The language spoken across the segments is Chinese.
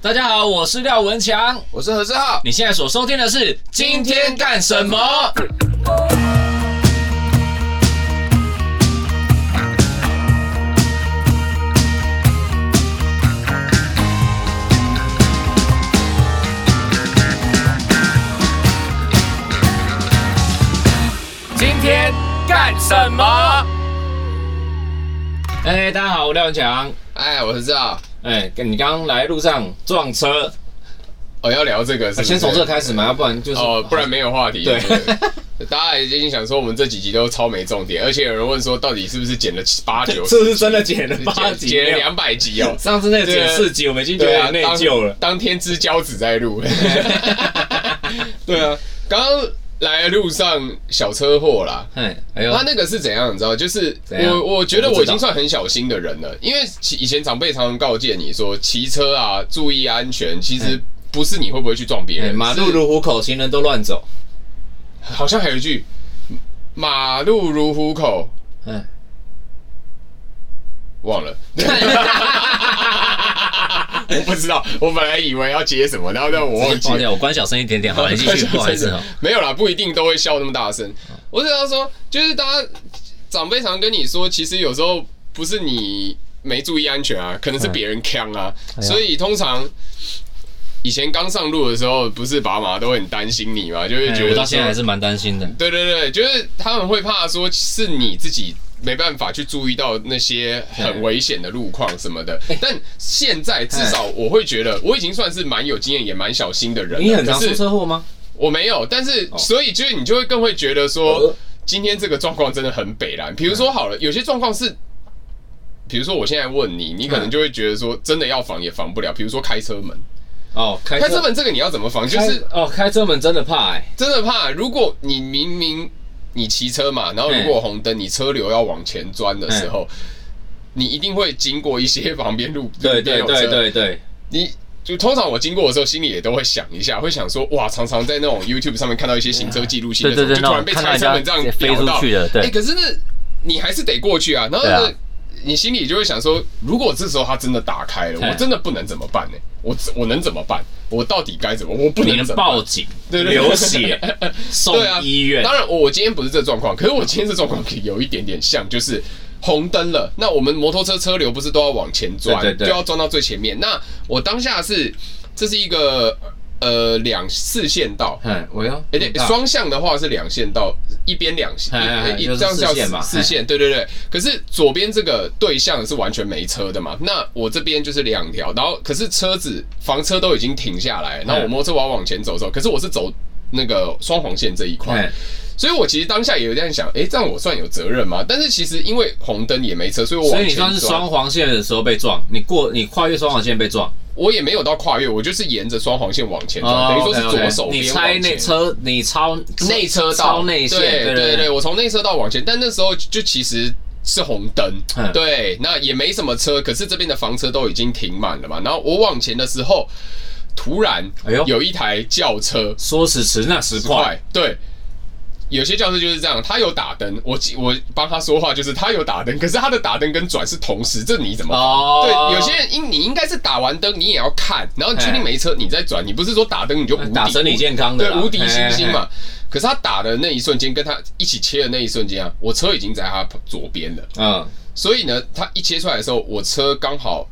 大家好，我是廖文强。我是何志浩。你现在所收听的是《今天干什么》。今天干什么？哎、大家好，我廖文强。哎，我是志浩。哎、跟你刚刚来路上撞车，哦，要聊这个是不是啊先从这个开始嘛，要不然就是哦，不然没有话题。对对，大家已经想说我们这几集都超没重点，而且有人问说到底是不是剪了七八九这十， 是真的剪了八集，剪了两百 集哦。啊上次那个剪四集，我们已经觉得有点内疚了。当当天之骄子在 录。对啊，刚刚来的路上小车祸啦。哎，哎呦他，那个是怎样，你知道？就是怎样我，我觉得我不知我已道经算很小心的人了，因为其以前长辈常常告诫你说，骑车啊，注意安全。其实不是你会不会去撞别嗯哎人，马路是如虎口，行人都乱走。好像还有一句，马路如虎口，嗯，忘了。 我不知道，我本来以为要接什么，然后但我忘记抱。歉，我关小声一点点， 好了，你继续，不好哦意思哦。没有啦，不一定都会笑那么大声。我只要说，就是大家长辈常跟你说，其实有时候不是你没注意安全啊，可能是别人呛啊，哎呀所以通常。以前刚上路的时候，不是爸妈都会很担心你嘛，就会哎觉得我到现在还说是蛮担心的。对对对，就是他们会怕说是你自己没办法去注意到那些很危险的路况什么的。哎但现在至少我会觉得，我已经算是蛮有经验，也蛮小心的人了。你很常可出是车祸吗？我没有，但是、所以就是你就会更会觉得哦说，今天这个状况真的很北蓝。比如说嗯好了，有些状况是，比如说我现在问你，你嗯可能就会觉得说，真的要防也防不了。比如说开车门，哦，开开车门这个你要怎么防？就是开哦，开车门真的怕哎、真的怕，如果你明明你骑车嘛，然后如果红灯，你车流要往前钻的时嗯候，你一定会经过一些 旁边路对对对，路边有车对对，你。就通常我经过的时候，心里也都会想一下，会想说，哇，常常在那种 YouTube 上面看到一些行车记录器的时对候，对对就突然被那种开车门这看到样人家飞飙到出去了对哎可是那你还是得过去啊。然后对呢啊，你心里就会想说，如果这时候他真的打开了，哎我真的不能怎么办呢？我我能怎么办？我到底该怎么？我不你能能怎么办报警，对对对流 血送对啊，医院，当然，我今天不是这状况，可是 我今天这状况有一点点像，就是红灯了。那我们摩托车车流不是都要往前钻，对对对就要钻到最前面。那我当下是这是一个呃两四线道。哎，我要，而且双向的话是两线道，一边两线，哎哎哎一一就是这样叫四线嘛四线，对对对。可是左边这个对象是完全没车的嘛，那我这边就是两条，然后可是车子房车都已经停下来，那我摩托车我要往前走的时候，可是我是走那个双黄线这一块，哎，所以我其实当下也有这样想，诶，这样我算有责任吗？但是其实因为红灯也没车，所以我往所以前你算是钻双黄线的时候被撞，你过你跨越双黄线被撞，我也没有到跨越，我就是沿着双黄线往前撞，哦等于说是哦 OK，OK 左手边你往拆前内车，你超内车道超内线，对对对对，，我从内车道往前，但那时候就其实。是红灯嗯，对，那也没什么车，可是这边的房车都已经停满了嘛。然后我往前的时候，突然哎呦有一台轿车，说时迟那时快快，，对，有些教室就是这样，他有打灯，我记我帮他说话，就是他有打灯，可是他的打灯跟转是同时，这你怎么？哦，对，有些人应你应该是打完灯，你也要看，然后你确定哎没车，你再转，你不是说打灯你就无敌打身体健康的对啦，无敌星嘿，星嘿嘛。可是他打的那一瞬间，跟他一起切的那一瞬间啊，我车已经在他左边了，嘿嗯，所以呢，他一切出来的时候，我车刚好。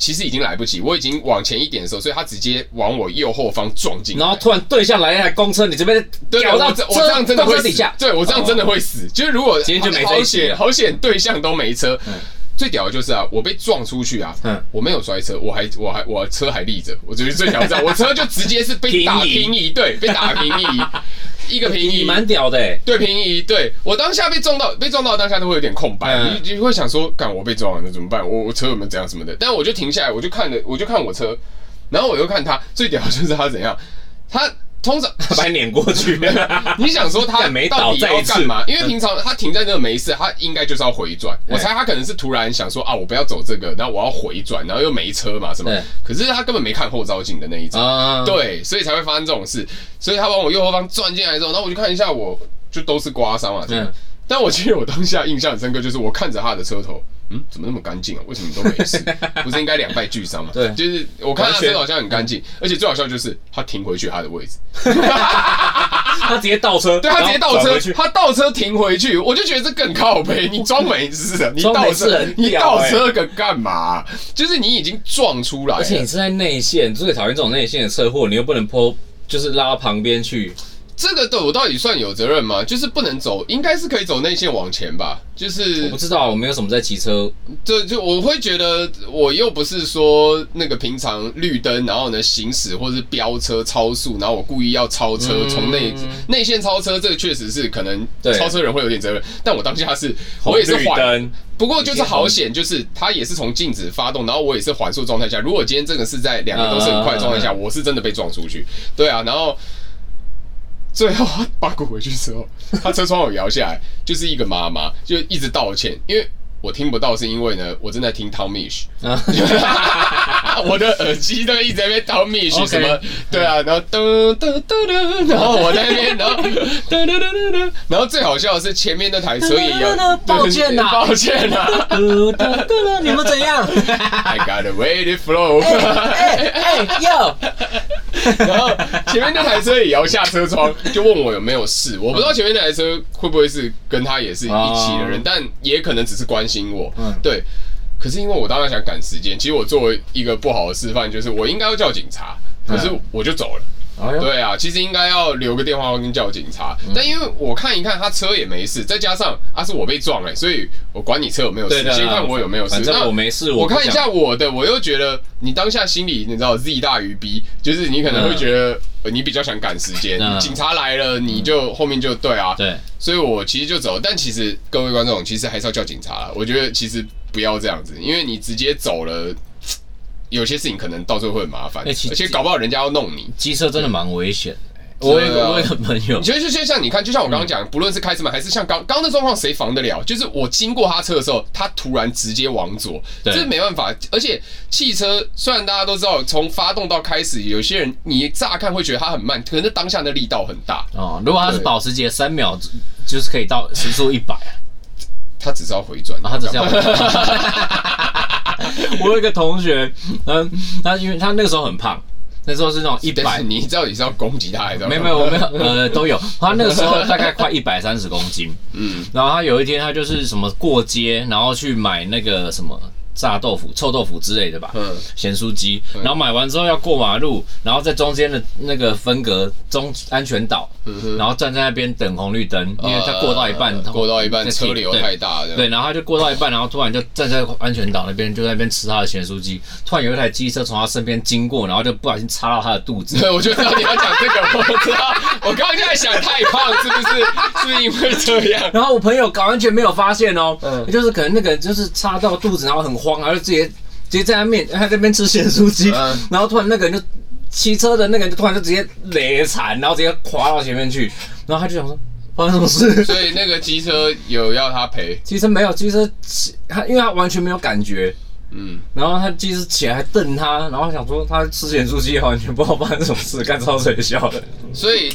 其实已经来不及，我已经往前一点的时候，所以他直接往我右后方撞进来。然后突然对向来一台公车，你这边对，屌到我这我这样真的动会车死底下，哦对我这样真的会死。就是如果今天就没这好一集了险，好险对象都没车。最屌的就是啊，我被撞出去啊，嗯我没有摔车，我还我还我车还立着，我觉得最屌的是啊，我车就直接是被打平移平移，对，被打平移， 一个平你移，蛮屌的欸， 对平移，对我当下被撞到，被撞到当下都会有点空白，嗯你你会想说，干我被撞了，那怎么办？我我车有没有怎样什么的？但我就停下来，我就看了，我就看我车，然后我又看他，最屌的就是他怎样，他通常把你碾过 去，嗯你想说他干没到倒底再要一次嗯干嘛？因为平常他停在那没事，他应该就是要回转。我猜他可能是突然想说啊，我不要走这个，然后我要回转，然后又没车嘛什么对。可是他根本没看后照镜的那一种，啊，对，所以才会发生这种事。所以他往我右后方转进来之后，然后我就看一下，我就都是刮伤嘛。这样嗯但我记得我当下印象很深刻，就是我看着他的车头，嗯，怎么那么干净啊？为什么你都没事？不是应该两败俱伤吗？ 对就是我看他完全车好像很干净，而且最好笑就是他停回去他的位置，他直接倒车，对他直接倒然后转车回去，他倒车停回去，我就觉得这更靠背。你装没事啊？你装倒没事车很，你屌倒欸车个干嘛？就是你已经撞出来而且你了，是在内线，最讨厌这种内线的车祸，你又不能抛，就是拉到旁边去。这个的我到底算有责任吗？就是不能走，应该是可以走内线往前吧？就我是不知道，我没有什么在骑车，这就我会觉得，我又不是说那个平常绿灯，然后呢行驶或是飙车超速，然后我故意要超车，嗯从内内线超车，这个确实是可能对超车人会有点责任，但我当下是，我也是红绿缓，灯，不过就是好险，就是他也是从静止发动，然后我也是缓速状态下，如果今天这个是在两个都是很快的状态下，嗯我是真的被撞出去，对啊，然后。最后他把鼓回去之后，他车窗有摇下来，就是一个妈妈，就一直道歉，因为我听不到，是因为呢，我正在听 Tom Mish，啊我的耳机都一直在那边 Tom Mish OK 什么，对啊，然后噔噔噔噔，然后我在那边，然后噔噔噔噔噔，然后最好笑的是前面那台车也有 噔噔噔噔，抱歉啊呐抱歉啊呐、嘟嘟嘟了，你们怎样？ I gotta wait it flow，哎哎哟，然后前面那台车也摇下车窗，就问我有没有事。我不知道前面那台车会不会是跟他也是一起的人，哦但也可能只是关心我嗯。对，可是因为我当时想赶时间，其实我做一个不好的示范，就是我应该要叫警察，嗯可是我就走了。哎呦，对啊，其实应该要留个电话跟叫警察，嗯但因为我看一看他车也没事，再加上啊是我被撞了、所以我管你车有没有对事，的啊先看我有没有事。反正那我没事我我不看一下我的，我又觉得你当下心里你知道 Z 大于 B，就是你可能会觉得呃你比较想赶时间，嗯警察来了你就后面就对啊，对，所以我其实就走，但其实各位观众其实还是要叫警察了。我觉得其实不要这样子，因为你直接走了，有些事情可能到最后会很麻烦，哎而其实且搞不好人家要弄你。机车真的蛮危险的。我有一对啊个我有一个朋友你，觉得就就像你看，就像我刚刚讲，不论是开什么，还是像刚刚刚的状况，谁防得了？就是我经过他车的时候，他突然直接往左，对这没办法。而且汽车虽然大家都知道，从发动到开始，有些人你乍看会觉得它很慢，可能那当下的力道很大，哦，如果他是对保时捷，三秒就是可以到时速一百它只是要回转，啊，他只是 要。我有一个同学，嗯，他因为他那个时候很胖，那时候是那种一但百是，你到底是要攻击他还是要？没有没有，我没有，呃，都有。他那个时候大概快一百三十公斤，嗯，然后他有一天他就是什么过街，然后去买那个什么炸豆腐、臭豆腐之类的吧，嗯咸酥鸡，然后买完之后要过马路，然后在中间的那个分隔中安全岛，嗯然后站在那边等红绿灯，因为他过到一半，呃他过到一半在车流对太大了，对，然后他就过到一半，然后突然就站在安全岛那边，就在那边吃他的咸酥鸡。突然有一台机车从他身边经过，然后就不小心插到他的肚子。对，我就知道你要讲这个，我知道，我刚刚就在想太胖是不是？是因为这样？然后我朋友搞完全没有发现哦，就是可能那个人就是插到肚子，然后很慌，然后就直接直接在他面他在那边吃咸酥鸡，嗯然后突然那个人就骑车的那个人就突然就直接累残，然后直接滑到前面去，然后他就想说发生什么 事？所以那个机车有要他赔，机车没有，机车骑他因为他完全没有感觉，嗯，然后他其实起来还瞪他，然后想说他吃咸酥鸡完全不知道发生什么事，干超水笑的。所以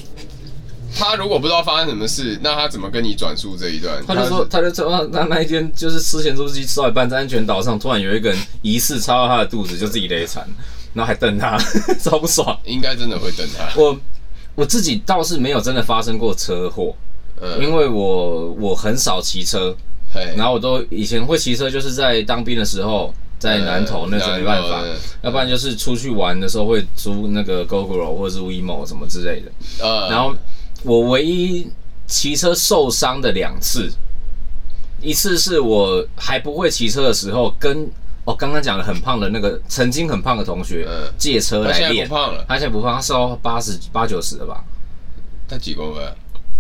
他如果不知道发生什么事，那他怎么跟你转述这一段？他就说，他就说他那一天就是吃咸酥鸡吃到一半，在安全岛上突然有一个人疑似插到他的肚子，就自己勒惨，然后还瞪他， 超不爽。应该真的会等他，我我自己倒是没有真的发生过车祸，嗯，因为我我很少骑车，嘿然后我都以前会骑车就是在当兵的时候。在南投那时候没办法南投嗯，要不然就是出去玩的时候会租那个 GoGo 或者是 WeMo 什么之类的。呃然后我唯一骑车受伤的两次，一次是我还不会骑车的时候，跟哦刚刚讲的很胖的那个曾经很胖的同学嗯借车他来现在练不，胖了，他现在不胖，他瘦到八十八九十了吧，他几公分啊？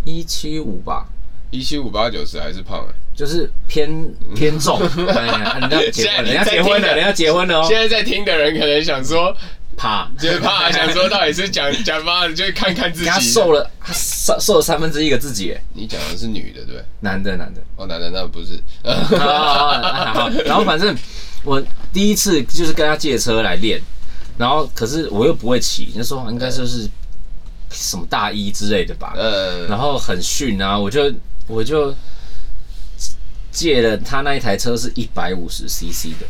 一七五吧。一七五八九十还是胖了。就是偏嗯偏 重，哎呀人家结婚了，人家结婚了，人家结婚了哦现，在在听的人可能想说，啪，就是怕想说到底是讲讲妈的，就是看看自给他己。瘦了，他瘦瘦了三分之一个自己，哎你讲的是女的对不对？男的男的，哦，男的那不是。啊好，然后反正我第一次就是跟他借车来练，然后可是我又不会骑，那时候应该就是什么大一之类的吧，嗯，然后很逊啊，我就我就借了他那一台车是一百五十 CC 的，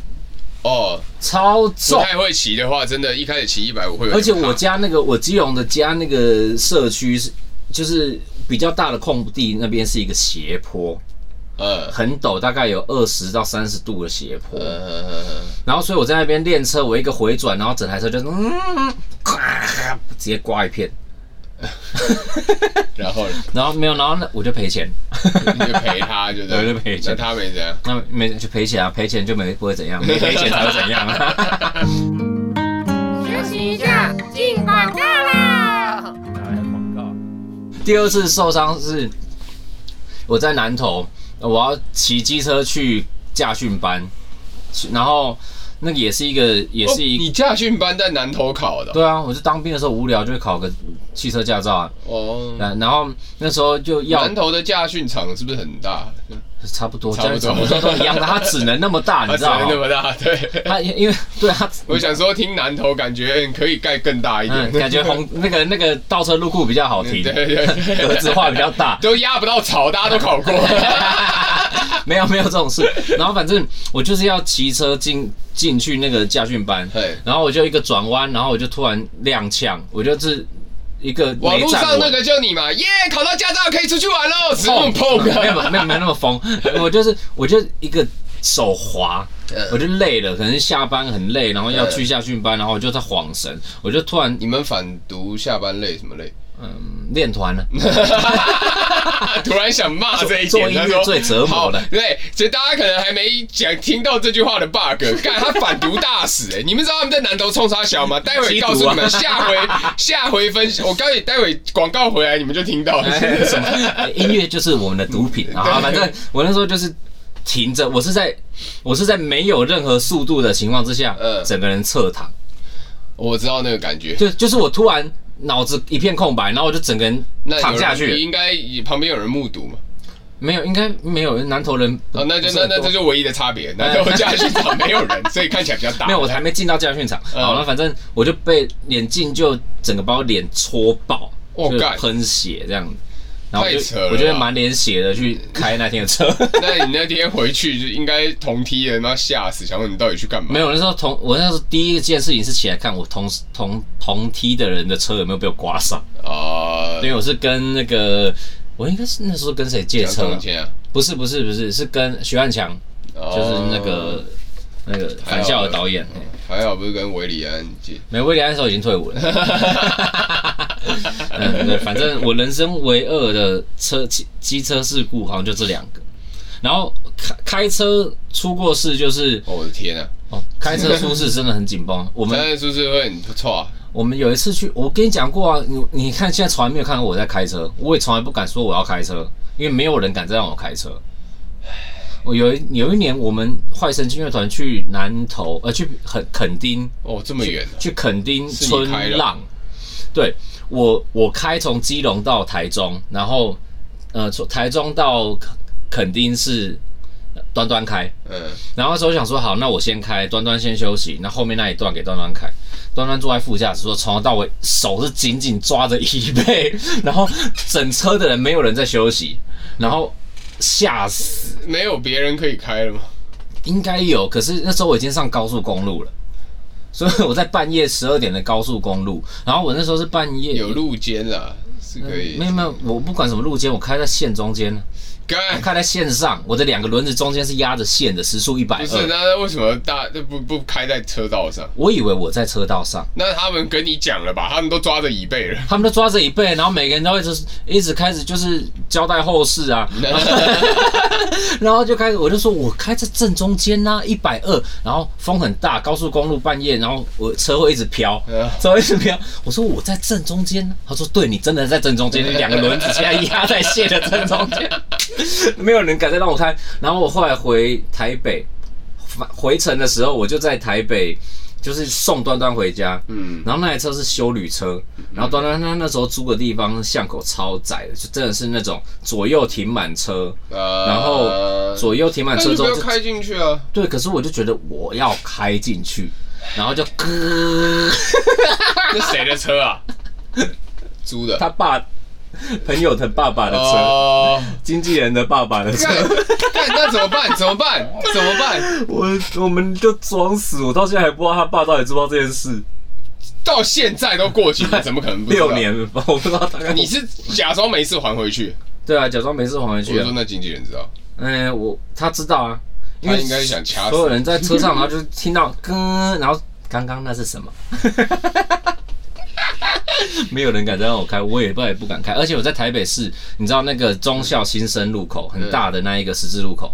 哦，超不重。太会骑的话，真的，一开始骑一百五会有点怕。而且我家那个我基隆的家那个社区是就是比较大的空地，那边是一个斜坡，呃，很陡，大概有二十到三十度的斜坡。呃，然后所以我在那边练车，我一个回转，然后整台车就嗯，咵直接刮一片。然后呢然后没有，然后那我就赔钱，你就陪他，就对， 对就陪那他没怎样。那没就赔钱啊，赔钱就没不会怎样，没赔钱才会怎样啊。休息一下，进广告啦。第二次受伤是我在南投，我要骑机车去驾训班，去然后那个也是一个也哦是一个、你驾训班在南投考的对啊，我就当兵的时候无聊就会考个汽车驾照啊，哦。然然后那时候就要啊南投的驾训场是不是很大？差不多，差不多我说都一样的，它只能那么大，你它知啊只道哦能那吗？么大， 对。它因因为对啊它，我想说，听南投感觉可以盖更大一嗯，点，感觉红那个那个倒车入库比较好对停，嗯对 对，格子化比较大。 都压不到草，大家都 考过。没有没有这种事。然后反正我就是要骑车进进去那个驾训班，对然后我就一个转弯，然后我就突然踉跄，我就是一个网没络站上那稳。哦个就你嘛，耶，考到驾照可以出去玩喽，只碰碰啊没有没有没有那么疯， 我就是我就一个手滑，嗯我就累了，可能下班很累，然后要去驾训班，然后我就在晃神，我就突然你们反读下班累什么累？嗯练团了， 突然想骂这一点，做做音乐他说最折磨的好对，所以大家可能还没讲听到这句话 的 bug，干他反毒大使哎、你们知道他们在南头冲啥小 吗？待会告诉你们，下回啊 下回分析，我告诉你，待会广告回来你们就听到了。哎 什么音乐就是我们的毒品啊！反正我那时候就是停着，我是在我是在没有任何速度的情况之下，嗯整个人侧躺， 我知道那个感觉。就就是我突然脑子一片空白，然后我就整个人那有躺下人去。应该旁边有人目睹嘛？没有，应该没有南投人哦，那就那那这就唯一的差别，南 头驾训场没有人，所以看起来比较大。没有，我还没进到驾训场。嗯好了，反正我就被眼镜就整个把我脸戳爆，哦就干喷血这样子。然后我太扯就了吧我就会满脸血的去开那天的车。 那你那天回去就应该同梯的，妈吓死，想问你到底去干嘛？没有，那时候同我那时候第一件事情是起来看我同同同梯的人的车有没有被我刮伤，啊，因为我是跟那个我应该是那时候跟谁借讲什车么啊？钱啊？不是不是不是，是跟徐汉强，就就是那个那个返校的导演。嘿哦还好不是跟维里安借，没威廉那时候已经退伍了。嗯，对，反正我人生唯二的车机机车事故好像就这两个，然后开开车出过事就是哦我的天啊，哦，开车出事真的很紧绷。我现们在是不是会很不错啊？我们有一次去，我跟你讲过啊，你你看现在从来没有看过我在开车，我也从来不敢说我要开车，因为没有人敢再让我开车。我有一有一年，我们坏神经乐团去南投，呃，去垦垦丁，哦，这么远啊，去垦丁是你春开的浪。对我，我开从基隆到台中，然后呃，从台中到垦垦丁是呃端端开，嗯，然后那时候我想说，好，那我先开，端端先休息，那后面那一段给端端开。端端坐在副驾驶座，从头到尾手是紧紧抓着椅背，然后整车的人没有人在休息，然后吓死，没有别人可以开了吗？应该有，可是那时候我已经上高速公路了。所以我在半夜十二点的高速公路，然后我那时候是半夜有路肩啦，是可以嗯没有没有，我不管什么路肩，我开在线中间，干。开在线上，我的两个轮子中间是压着线的，时速一百不是，二。那为什么大不不开在车道上？我以为我在车道上，那他们跟你讲了吧？他们都抓着椅背了，他们都抓着椅背，然后每个人都一直一直开始就是交代后事啊，然后就开始我就说我开在正中间呐、啊，一百二，然后风很大，高速公路半夜，然后我车会一直飘嗯，车会一直飘。我说我在正中间啊，他说对你真的在正中间，两个轮子现在压在线的正中间， 没有人敢再让我开。然后我后来回台北，返回程的时候我就在台北。就是送端端回家，嗯，然后那台车是修旅车，然后端端他那时候租的地方巷口超窄的，就真的是那种左右停满车，呃，然后左右停满那车就之不后要就开进去 啊，对，可是我就觉得我要开进去，然后就咯，那谁的车啊？租的，他爸朋友的爸爸的车，哦，经纪人的爸爸的车干，干那怎么办？怎么办？怎么办？我我们就装死，我到现在还不知道他爸到底知不知道这件事，到现在都过去，你怎么可能不知 道六？年了吧，我不知道大概 你是假装没事还回去？对啊，假装没事还回我去啊说。那经纪人知道，哎、我他知道啊，因他为应该想掐死所有人在车上，然后就是听到咯，然后刚刚那是什么？ 没有人敢再让我开，我也不也不敢开。而且我在台北市，你知道那个忠孝新生路口很大的那一个十字路口，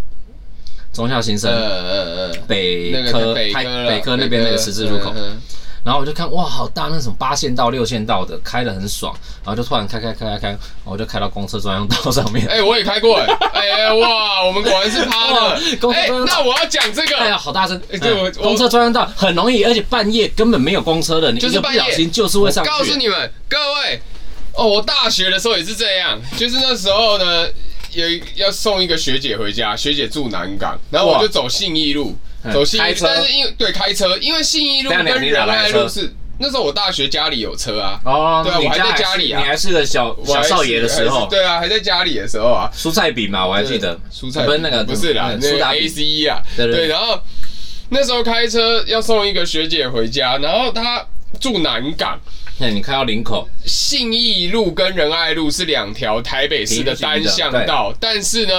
忠孝新生、呃呃呃，北那科个北台科啦北科那边那个十字路口，嗯嗯然后我就看哇，好大，那种八线道、六线道的开的很爽，然后就突然开开开开开，然后我就开到公车专用道上面，哎，我也开过，哎哎哎哇，我们果然是他哇的。公车哎，那我要讲这 哎呀，个，好大声！哎对我嗯公车专用道很容易，而且半夜根本没有公车的，你就一是个不半夜小心就是会上去。告诉你们各位，哦，我大学的时候也是这样，就是那时候呢。有一要送一个学姐回家，学姐住南港，然后我哇就走信义路，嗯走信义开路，车但是因为对开车，因为信义路等一跟下你你哪仁爱来路车是那时候我大学家里有车啊，哦，对啊你我还在家还是里啊你还是个小我还小是少爷的时还候是，对啊，还在家里的时候啊，蔬菜饼嘛，我还记得蔬菜不是那个不是啦，嗯那苏个打 A 饼 C E 啊，对对对，对然后那时候开车要送一个学姐回家，然后她住南港，那你开到林口，信义路跟仁爱路是两条台北市的单向道，但是呢，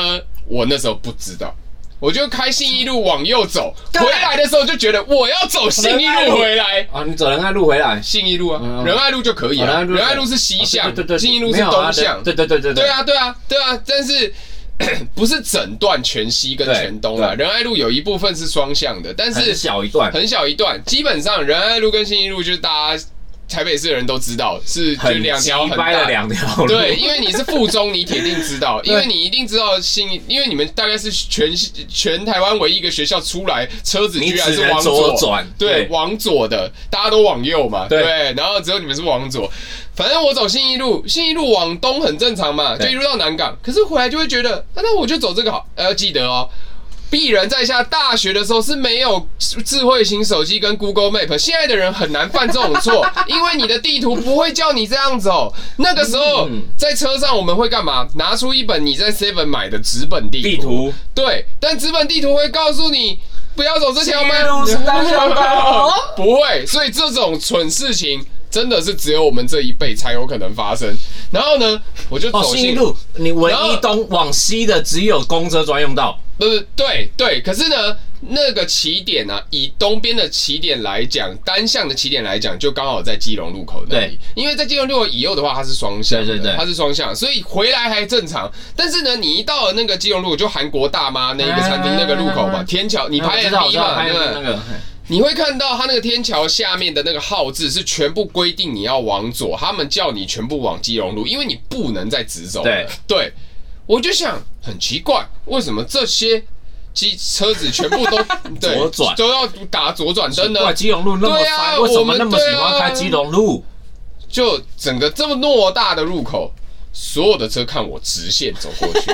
我那时候不知道。我就开信义路往右走，回来的时候就觉得我要走信义路回来，啊，你走仁爱路回来，信义路啊，嗯仁爱路就可以啊，哦仁爱路是西哦向对对，对，信义路没是有啊东向，对对对对对，啊，对啊，对啊，但是不是整段全西跟对全东啊？对仁爱路有一部分是双向的，但很是小一段，很小一段，基本上仁爱路跟信义路就是大家台北市的人都知道，是就很两条急很掰了大。两条路，对，因为你是附中，你铁定知 道，因为你一定知道信义，因为你们大概是全全台湾唯一一个学校出来，车子居然你是只能往左转对，对往左的，大家都往右嘛，对对，然后只有你们是往左，反正我走信义路，信义路往东很正常嘛，就对一路到南港，可是回来就会觉得，啊那我就走这个好，呃，记得哦。鄙人在下大学的时候是没有智慧型手机跟 Google Map，现在的人很难犯这种 错，因为你的地图不会叫你这样走。那个时候嗯在车上我们会干嘛？拿出一本你在 Seven 买的纸本地地图对，但纸本地图会告诉你不要走这条信义路是单向道哦吗？ 不会，所以这种蠢事情真的是只有我们这一辈才有可能发生。然后呢，我就哦，走新进一路，你唯然后一东往西的只有公车专用道，呃，对对，可是呢，那个起点呢、啊，以东边的起点来讲，单向的起点来讲，就刚好在基隆路口那里。因为在基隆路口以右的话，它是双向的，对对对它是双向，所以回来还正常。但是呢，你一到了那个基隆路，就韩国大妈那一个餐厅那个路口嘛，啊天桥，你你拍知道，我 MV 知道嘛，拍对不对那？个，你会看到它那个天桥下面的那个号字是全部规定你要往左，他们叫你全部往基隆路，因为你不能再直走了。对对，我就想很奇怪，为什么这些机车子 全部都对左转都要打左转灯呢？哇，基隆路那么对啊塞，为什我么们那么喜对啊欢开基隆路？就整个这么偌大的入口，所有的车看我直线走过 去。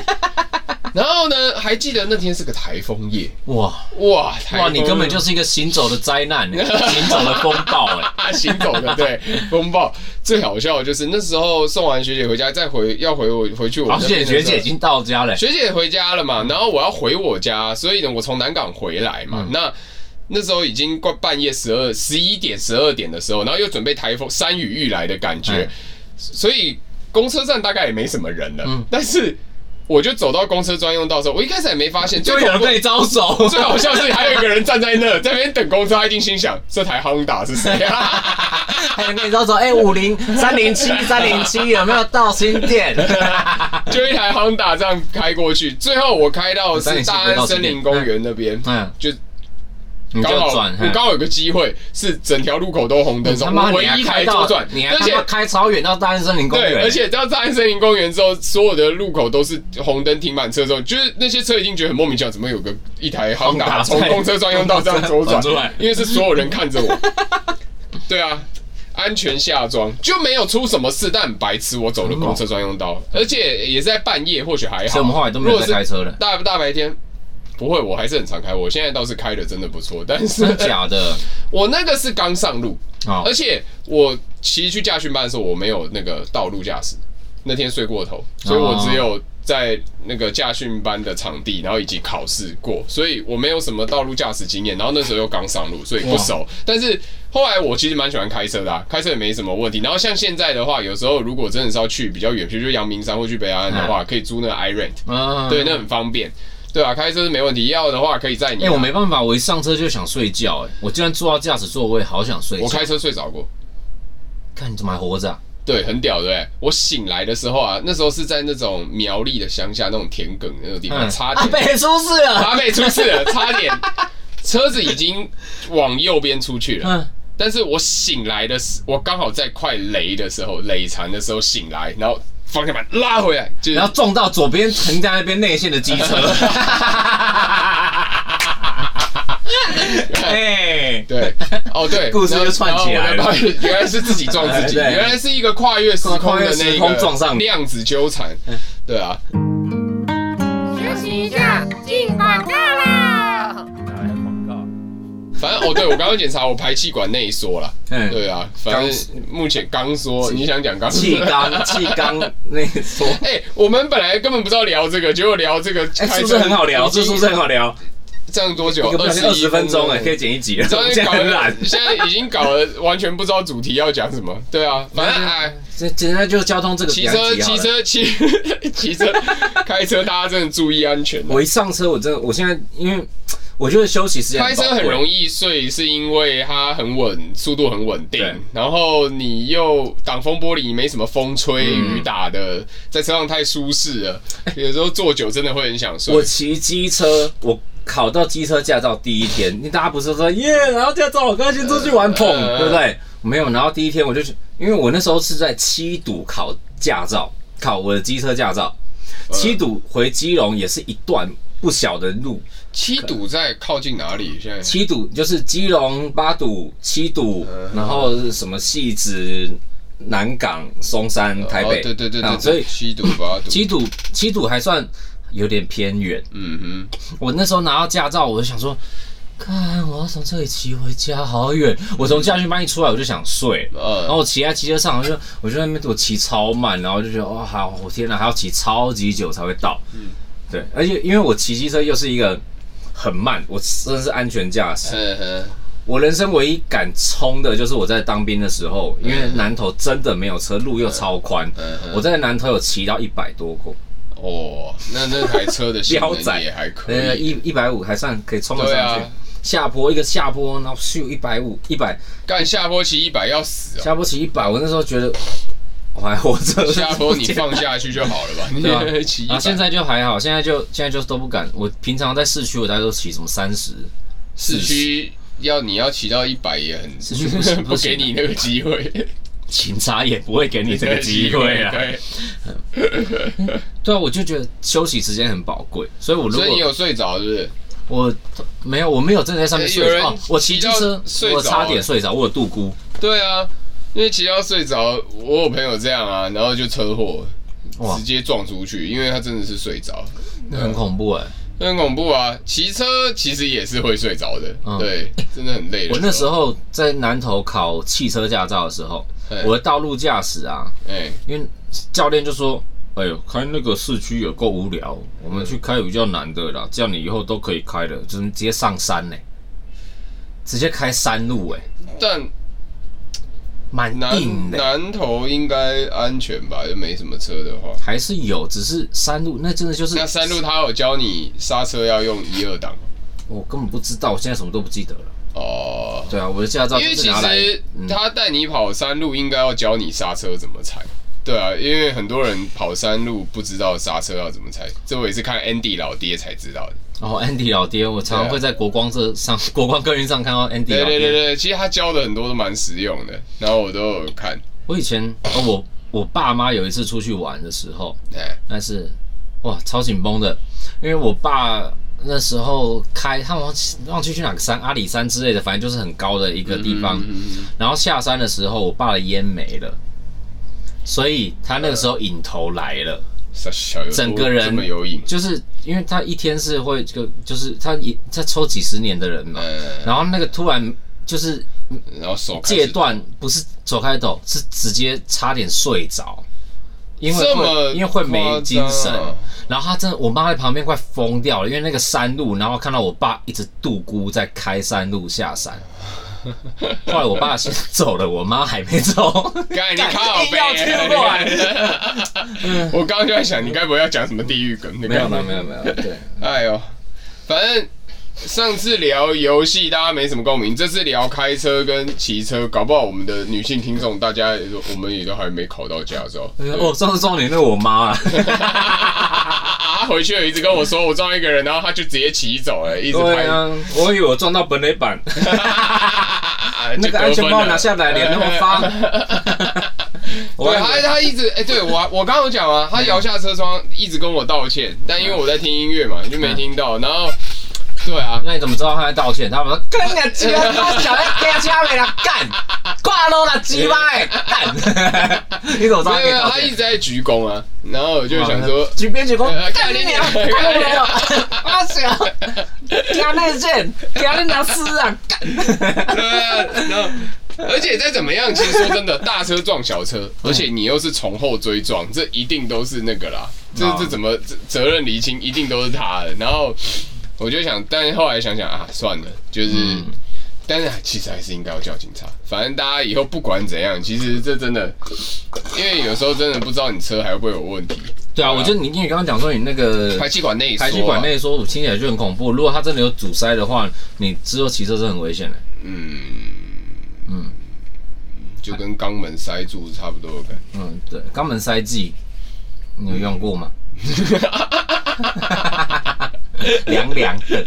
然后呢，还记得那天是个台风夜，哇哇，台哇，风你根本夜就是一个行走的灾 难，行走的风暴哎。啊，行走的 对风暴。最好笑的就是那时候送完学姐回家，再回要回我回去我好那险，边啊的学时候姐已经到家了。学姐回家了嘛，然后我要回我家，所以呢，我从南港回来嘛，嗯那。那时候已经过半夜十二、十一点、十二点的时候，然后又准备台风山雨欲来的感觉，嗯所以公车站大概也没什么人了。但是我就走到公车专用道的时候，我一开始也没发 现，就有人被招手，最好笑是还有一个人站在那，在那边等公车，他一定心想这台 Honda 是谁啊？还有人跟你招手， 哎，五零三零七三零 七有没有到新店？就一台 Honda 这样开过去，最后我开到是大安森林公园那边，嗯，就你刚就好转，嗯我刚好有个机会是整条路口都红灯，他中妈唯你还一开台到左转，你还而他妈且。开超远到大安森林公对，园，而且到大安森林公园之后，所有的路口都是红灯停满车之后，就是那些车已经觉得很莫名其妙，怎么有个一台 Honda Honda 从公车专用道这样左转转出来因为是所有人看着我。 对啊，安全下装就没有出什么事，但很白痴，我走了公车专用道，而且也是在半夜，或许还好。嗯所以我们后来都没有再开车了。大不大白天？不会，我还是很常开。我现在倒是开的真的不错，但是真 的假 的？我那个是刚上路，哦而，且我骑去驾训班的时候，我没有那个道路驾驶，那天睡过头，所以我只有在那个驾训班的场地，然后以及考试过，所以我没有什么道路驾驶经验。然后那时候又刚上路，所以不熟。但是后来我其实蛮喜欢开车的、啊，开车也没什么问题。然后像现在的话，有时候如果真的是要去比较远，比如说阳明山或去北安的嗯话，可以租那个 iRent，啊，对，那很方便。对啊，开车是没问题。要的话可以载你、啊哎、我没办法，我一上车就想睡觉、哎，我竟然坐到驾驶座位，好想睡觉。我开车睡着过，看你怎么还活着、啊？对，很屌，对不对？我醒来的时候啊，那时候是在那种苗栗的乡下那种田埂那种地方，嗯差阿点北出事了，阿北出事了， 差点车子已经往右边出去了。嗯，但是我醒来的时，我刚好在快雷的时候，雷残的时候醒来，然后方向盘拉回来，就是然后撞到左边停在那边内线的机 车。哎，对，哦对， 故事就串起来了然后我的原来是自己撞自己， 对原来是一个跨越时空跨的越那时一空个撞上你嗯量子纠缠，对啊。休息一下，进广告啦！反正哦，对我刚刚检查我排气管内缩了，嗯对啊，反正目前刚缩，你想讲刚缩？气缸气缸那个 说， 哎、我们本来根本不知道聊这个，结果聊这个，哎，是不是很好聊？这是不是很好聊？这样多久？一个不小心哦二十21分钟，哎，可以剪一集了。 这我样们现在搞很得懒， 现在已经搞得完全不知道主题要讲什么。对啊，反 正哎，这简单就交通这个骑比较车、急好骑了车、骑骑 车、开车，大家真的注意安全啊。我一上车，我真的，我现在因为我觉得休息时间开车很容易，易睡，是因为它很稳，速度很稳定对，然后你又挡风玻璃没什么风吹嗯雨打的，在车上太舒适了。有时候坐久真的会很想睡哎我。骑机车，我考到机车驾照第一天，你大家不是说耶，然后驾照我刚先出去玩碰，嗯呃对不对？没有，然后第一天我就去，因为我那时候是在七堵考驾照，考我的机车驾照。七堵回基隆也是一段不小的路，七堵在靠近哪里？现在七堵就是基隆、八堵、七堵，嗯然后是什么戏子、南港、松山、台北，哦对对对啊对，所以七堵八堵，七堵七堵还算有点偏远。嗯哼，我那时候拿到驾照，我就想说，看我要从这里骑回家好远。我从驾训班一出来，我就想睡。然后呃，我骑在机车上，我就我就在那边我骑超慢，然后就觉得哇，哦好我天哪，还要骑超级久才会到。嗯，对，而且因为我骑机车又是一个很慢，我真的是安全驾驶。嗯哼，我人生唯一敢冲的就是我在当兵的时候，因为南头真的没有车，路又超宽，嗯哼我在南头有骑到一百多过，哦，那那台车的 性腰能斩也还可呃，以。一一百五还算可以冲得对上去。啊，下坡一个下坡，然后咻一百五一百，干下坡骑一百要死啊！下坡骑一百，我那时候觉得 我还活着。下坡你放下去就好了吧，对啊你 骑一啊，百。现在就还好，现在就现在就都不敢。我平常在市区，我大概都骑什么三十，市区要你要骑到一百也很，市区不行 不给你那个机会，警察也不会给 你这个机会啊。 对，对啊，我就觉得休息时间很宝贵，所以我如所以你果有睡着是不是？我没有我没有真的在上面有睡人着，哦我骑机车骑到睡着我差点睡着，我有度孤。对啊，因为骑到睡着，我有朋友这样啊，然后就车祸，哇直接撞出去，因为他真的是睡着，那很恐怖哎、那很恐怖啊。骑车其实也是会睡着的，嗯对，真的很累的。我那时，候在南头考汽车驾照的时候，哎我的道路驾驶啊，哎，因为教练就说：“哎呦，开那个市区也够无聊，我们去开比较难的啦，这样你以后都可以开的，就是直接上山呢、直接开山路哎、但蛮硬南的、南头应该安全吧？就没什么车的话。还是有，只是山路那真的就是那山路他有教你刹车要用一二档吗我根本不知道，我现在什么都不记得了。哦，对啊，我的驾照因就为是其拿来嗯实他带你跑山路，应该要教你刹车怎么踩。对啊，因为很多人跑山路不知道刹车要怎么踩，这我也是看 Andy 老爹才知道的。然后 Andy 老爹，我常常会在国光这上、国光耕耘上看到 Andy 啊对老爹。对对对，其实他教的很多都蛮实用的，然后我都有看。我以前哦我我爸妈有一次出去玩的时候，哎，但是哇，超紧绷的，因为我爸那时候开，他忘记忘记去哪个山，阿里山之类的，反正就是很高的一个地方。嗯然后下山的时候，我爸的烟没了，所以他那个时候瘾头来了，傻小有多整个人嗯这么有瘾，就是因为他一天是会就就是他一他抽几十年的人嘛，嗯，然后那个突然就是然后手开始戒断，不是走开抖，是直接差点睡着。因为这么会因为会没精神夸张啊，然后他真的，我妈在旁边快疯掉了，因为那个山路，然后看到我爸一直度孤在开山路下 山，后来我爸先走了，我妈还没走，该你靠硬背要切过啊来 我刚刚就在想，你该不会要讲什么地狱梗？没没有没有没有没有，对， 哎呦，反正上次聊游戏大家没什么共鸣，这次聊开车跟骑车，搞不好我们的女性听众大家也说，我们也都还没考到驾 照。哦，上次撞你那个我妈啊，他回去有一直跟我说我撞一个人，然后他就直接骑走了，一直对拍。啊，我以为我撞到本垒 板， 就那得个分了安全帽拿下来，脸那么方，我 对，以他为嗯他一直哎、对我我刚刚有讲啊，他摇下车窗一直跟我道歉，但因为我在听音乐嘛，就嗯没听到。然后，对啊，那你怎么知道他在道歉？他们说干你鸡 巴，他小孩干家没了，干挂了啦鸡巴欸， 干，你怎么知道他可没有以没有，道他一歉？直在鞠躬啊。然后我就想说，举边举弓，呃干你娘，干你娘，阿小，加内线，加你娘丝啊，干， 对啊，然后。而且再怎么样，其实说真的，大车撞小车，而且你又是从后追撞，这一定都是那个啦。这啊这怎么这责任厘清，一定都是他的。然后我就想，但后来想想啊，算了，就是，嗯但是其实还是应该要叫警察。反正大家以后不管怎样，其实这真的，因为有时候真的不知道你车还会不会有问题。对啊，我觉得你你刚刚讲说你那个排气管内缩啊，排气管内缩，我听起来就很恐怖。如果他真的有阻塞的话，你之后骑车是很危险的。嗯嗯就跟肛门塞住差不多的感觉。嗯，对，肛门塞剂，你有用过 吗？凉凉的，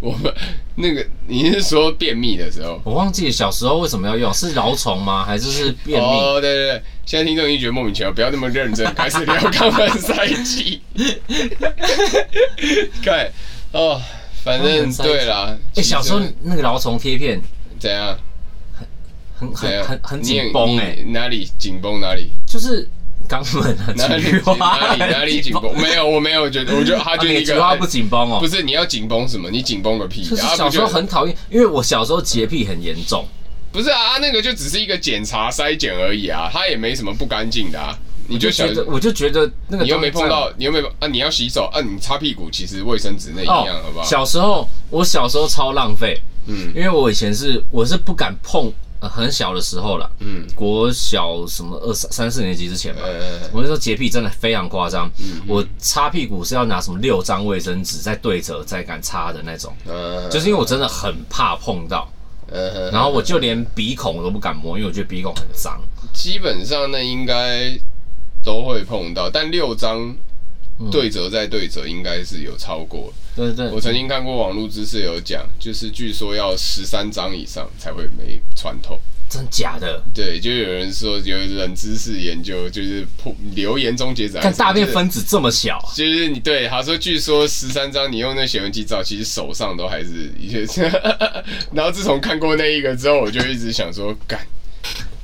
我们那个你是说便秘的时候？我忘记小时候为什么要用，是蛲虫吗？还是是便秘？哦，对对对，现在听众已经觉得莫名其妙，不要那么认真，开始聊肛门塞剂。 看，哦，反肛正门塞剂对啦。哎、其实小时候那个蛲虫贴片怎样？很怎很样？很很啊你也紧绷哎，，你哪里紧绷哪里？就是肛门啊，哪里菊紧哪花里哪 里紧绷？没有，我没有觉得，我觉得他啊，就你一菊个花不紧绷哦不。是你要紧绷什么？你紧绷个屁！就是啊不小时候就很讨厌，因为我小时候洁癖很严重，不是啊，那个就只是一个检查筛检而已啊，它也没什么不干净的啊。你就想觉，得我就觉得那个你又没东碰西在到，你又没啊，你要洗手啊，你擦屁股其实卫生纸那一样，啊好不好？哦小时候我小时候超浪费，嗯因为我以前是我是不敢碰，呃、很小的时候了，嗯国小什么二三三四年级之前吧。呃，嗯我那时候洁癖真的非常夸张，我擦屁股是要拿什么六张卫生纸再对折再敢擦的那种，呃就是因为我真的很怕碰到，呃然后我就连鼻孔我都不敢摸，因为我觉得鼻孔很脏。基本上那应该都会碰到，但六张嗯对折再对折应该是有超过。对对我对，曾经看过网络知识有讲，就是据说要十三张以上才会没穿透。真假的？对，就有人说有冷知识研究，就是破留言终结者还看是什么，大便就是分子这么小啊，就是你对他说，据说十三张你用那显微镜照，其实手上都还是一些。 然后自从看过那一个之后，我就一直想说，干，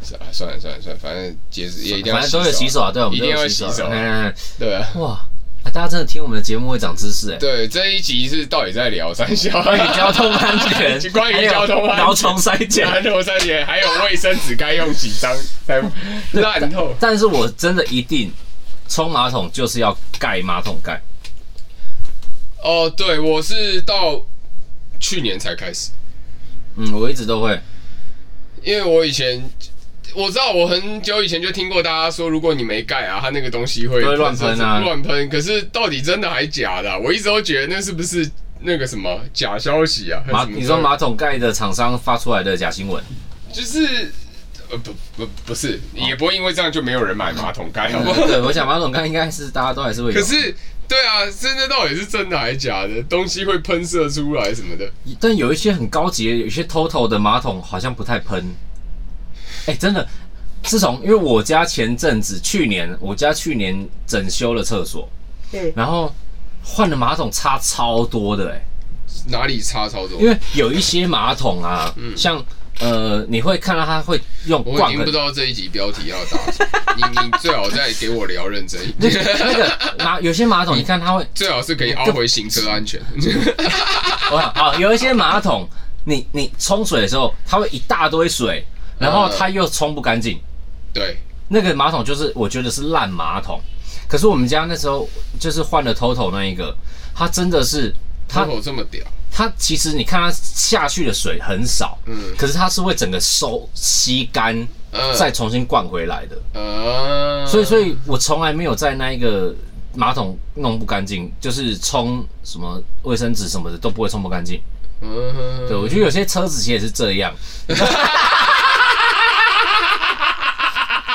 算了算了算了算了，反正也是也一定要反正都有洗手啊，对，我们一都定要有洗洗手手啊啊。嗯，嗯对啊。嗯哇，啊大家真的听我们的节目会长知识哎。对，这一集是到底在聊三小？啊关于交通安全， 关于交通安全，劳虫筛检。然后三节还有卫生纸该用几张才 烂透。但是我真的一定冲马桶就是要盖马桶盖，哦，对，我是到去年才开始，嗯，我一直都会，因为我以前我知道我很久以前就听过大家说，如果你没盖啊，它那个东西会都会乱喷啊乱喷。可是到底真的还假的啊、我一直都觉得那是不是那个什么假消息啊？还是马什么你说马桶盖的厂商发出来的假新 闻，就是。呃不不不是，也不会因为这样就没有人买马桶盖，好不好？对，我想马桶盖应该是大家都还是会有，可是，对啊，真的到底是真的还是假的？东西会喷射出来什么的？但有一些很高级的，有一些 TOTO 的马桶好像不太喷，哎、真的，自从因为我家前阵子去年我家去年整修了厕所，嗯然后换了马桶差超多的哎、哪里差超多？因为有一些马桶啊，像呃，你会看到它会用嗯我已罐经不知的。道这一集标题要打什么，你你最好再给我聊认真一 点， 那个马有些马嗯桶，你看它会，最好是可以凹回行车安全。我想啊，有一些马桶，你嗯你冲水的时候，它会一大堆水，然后它又冲不干净，对，那个马桶就是我觉得是烂马桶，可是我们家那时候就是换了 TOTO 那一个，它真的是它他口这么屌，它其实你看它下去的水很少，嗯可是它是会整个收吸干，嗯再重新灌回来的。啊，嗯所以，所以我从来没有在那一个马桶弄不干净，就是冲什么卫生纸什么的都不会冲不干净。嗯对，我觉得有些车子其实也是这样。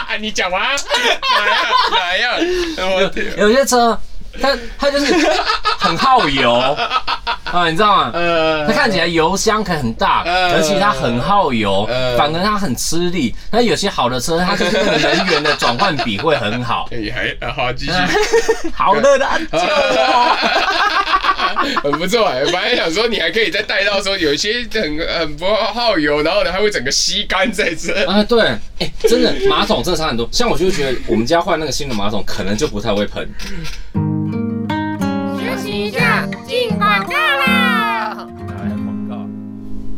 啊，你讲完啊哪样哪样？我天，有些车，它它就是很耗 油啊，你知道吗？呃它看起来油箱可能很大，呃而且它很耗油，呃。反而它很吃力。那有些好的车，它就是那个能源的转换比会很好 你还啊好继续，好的啊啦， 救我！很不错哎、本来想说你还可以再带到说有一些很很不耗油，然后呢还会整个吸干在这。啊，对，哎、真的马桶真的差很多。像我就觉得我们家换那个新的马桶，可能就不太会喷。休息一下，进广告啦！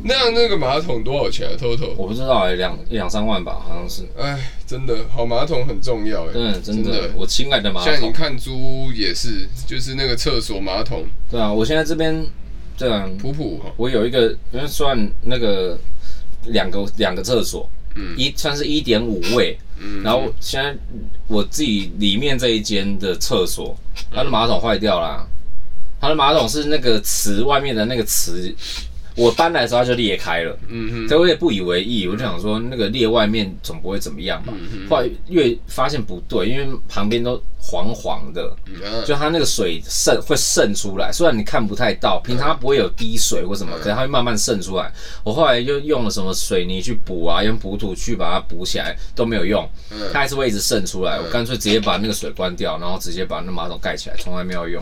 那那个马桶多少钱啊？Total？我不知道、哎，两两三万吧，好像是。哎，真的好马桶很重要哎、真的，真的，的我亲爱的马现在你桶。看租屋也是，就是那个厕所马桶对啊，我现在这边，对啊，普普哈，我有一个，因为算那个两个两个厕所，嗯一算是一点五位，嗯然后现在我自己里面这一间的厕所，嗯它的马桶坏掉啦，它的马桶是那个池外面的那个池，我搬来的时候它就裂开了，嗯哼，所以我也不以为意，我就想说那个裂外面总不会怎么样吧，嗯后来越发现不对，因为旁边都黄黄的，嗯就它那个水渗会渗出来，虽然你看不太到，嗯平常它不会有滴水或什么，可是它会慢慢渗出来。我后来就用了什么水泥去补啊，用补土去把它补起来都没有用，嗯它还是会一直渗出来。我干脆直接把那个水关掉，然后直接把那马桶盖起来，从来没有用。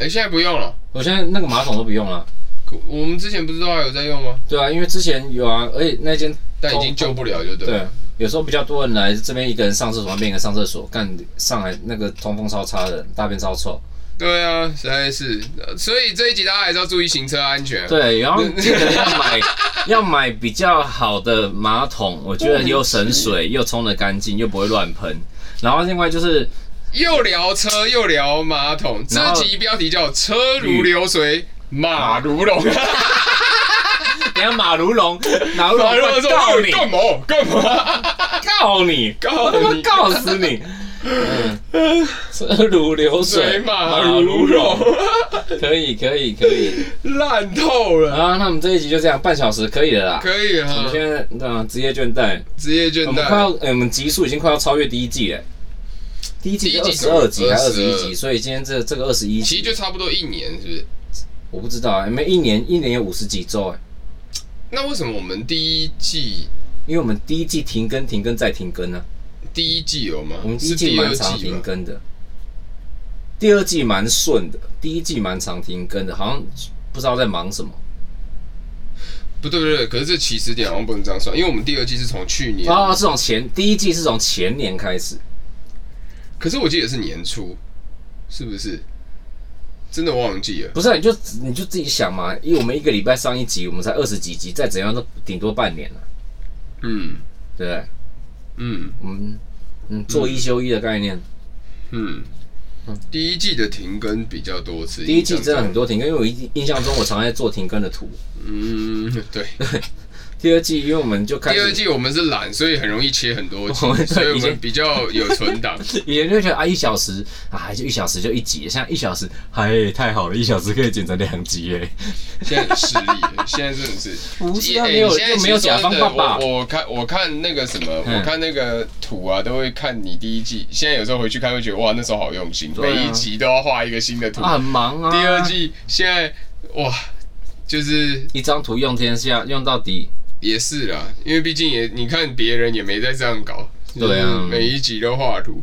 哎、现在不用了。我现在那个马桶都不用了，可我们之前不知道还有在用吗？对啊，因为之前有啊，而且那间但已经救不了，就对对了。，有时候比较多人来这边一个人上厕所，那边一个人上厕所，干上来那个通风超差的，大便超臭。对啊，实在是，呃所以这一集大家还是要注意行车安全。对，然后记得要买 要买比较好的马桶，我觉得又省水，嗯又冲得干净，又不会乱喷。然后另外就是又聊车又聊马桶，这然后集标题叫“车如流水，马如龙”。等一下马如龙，马如 马龙如龙会说：“告哎你，干嘛干 嘛？告你，告我他妈你告死你！嗯车如流水水，，马如龙，可以可以可以。烂透了。啊，那我们这一集就这样，半小时可以了啦。可以我啊们，现在对啊，职业倦怠，职业倦我们快要怠。，哎我们集数已经快要超越第一季了。第一季二第一季十二集还是二十一22集，所以今天这这个二十一其集实就，差不多一年，是不是？我不知道啊，没一年一年有五十几周哎，那为什么我们第一季因为我们第一季停更、停更再停更啊呢、第一季有吗？我们第一是季第二蛮常季停吧？更的，第二季蛮顺的，第一季蛮常停更的，好像不知道在忙什么不对不对，可是这起始点好像不能这样算，因为我们第二季是从去年，啊。是从前第一季是从前年开始，可是我记得是年初，是不是？真的忘记了。不是啊、你就你就自己想嘛，因为我们一个礼拜上一集，我们才二十几集，再怎样都顶多半年了、嗯对不对？嗯我们嗯做一休一的概念。嗯。第一季的停更比较多次，第一季印象中真的很。多停更，因为我印印象中我常在做停更的图。嗯，对。第二季因为我们就开第二始，季我们是懒，所以很容易切很多 我们集，所以我已经们比较有存档。以前就觉得啊一小时啊就一小时就一集，现在一小时哎太好了，一小时可以剪成两集耶。现在很失力了， 现在真的是。不是啊哎没有你现在又没有甲方爸爸其实说真的我我看我看那个什么，嗯我看那个图啊，都会看你第一季。现在有时候回去看，会觉得哇，那时候好用心，对啊每一集都要画一个新的图。啊很忙啊。第二季现在哇，就是一张图用天下用到底，也是啦，因为毕竟也你看别人也没在这样搞，对啊就是每一集都画图。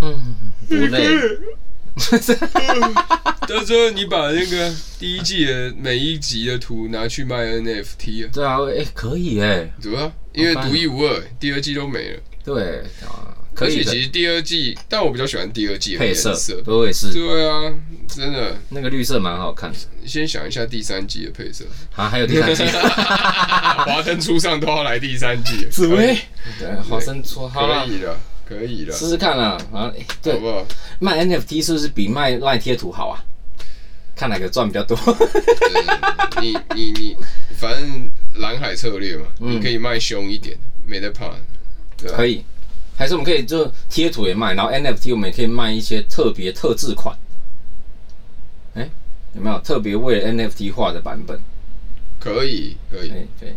嗯，不累。 到时候你把那个第一季的每一集的图拿去卖 NFT 啊，对啊，哎、可以哎、对啊，因为好棒哦独一无二，第二季都没了。对啊，可以而且的其实第二季，但我比较喜欢第二季的配颜色色，。我也是，对啊，真的，那个绿色蛮好看的。先想一下第三季的配色， 啊，还有第 三季，华灯初上都要来第三季，可以， 对，华生说好了可，以了，可以了，试试看啦。啊，诶好对，不好？卖 NFT 是不是比卖卖贴图好啊？看哪个赚比较多。对你你你，反正蓝海策略嘛，你可以卖凶一点，没得怕，对嗯吧可？以，啊还是我们可以就贴图也卖，然后 NFT 我们也可以卖一些特别特制款。哎、有没有特别为了 NFT 画的版本？可以，可以哎、。对，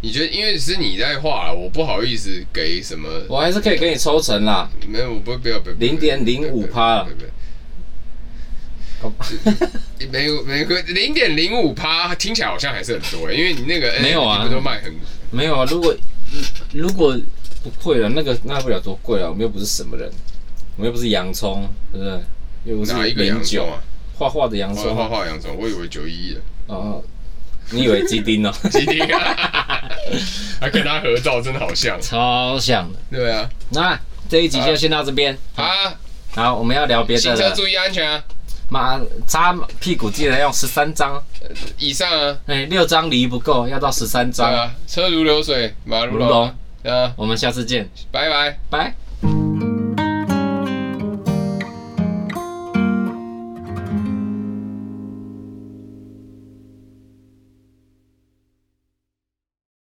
你觉得，因为是你在画啦，我不好意思给什么，我还是可以给你抽成啦。没有，我不不要，不要0.05%不啦要不要不要哦没有没有零点零五趴，听起来好像还是很多、欸因为你那个没有啊 NFT 不都卖很 没有啊，如果如果不贵了，那个卖不了多贵啊了，我们又不是什么人，我们又不是洋葱，对不对？又不哪是一个洋零九葱啊？画画的洋画葱画啊画洋葱，我以为九一的，哦，你以为鸡丁哦？ 基丁啊，还跟他合照，真的好像。超像的。对啊，那这一集就先到这边，啊，好，我们要聊别的行车了。注意安全啊！妈，擦屁股记得用十三张，以上啊，哎、六张梨不够，要到十三对啊张。啊，车如流水，马如如龙龙，啊，我们下次见，拜拜。拜。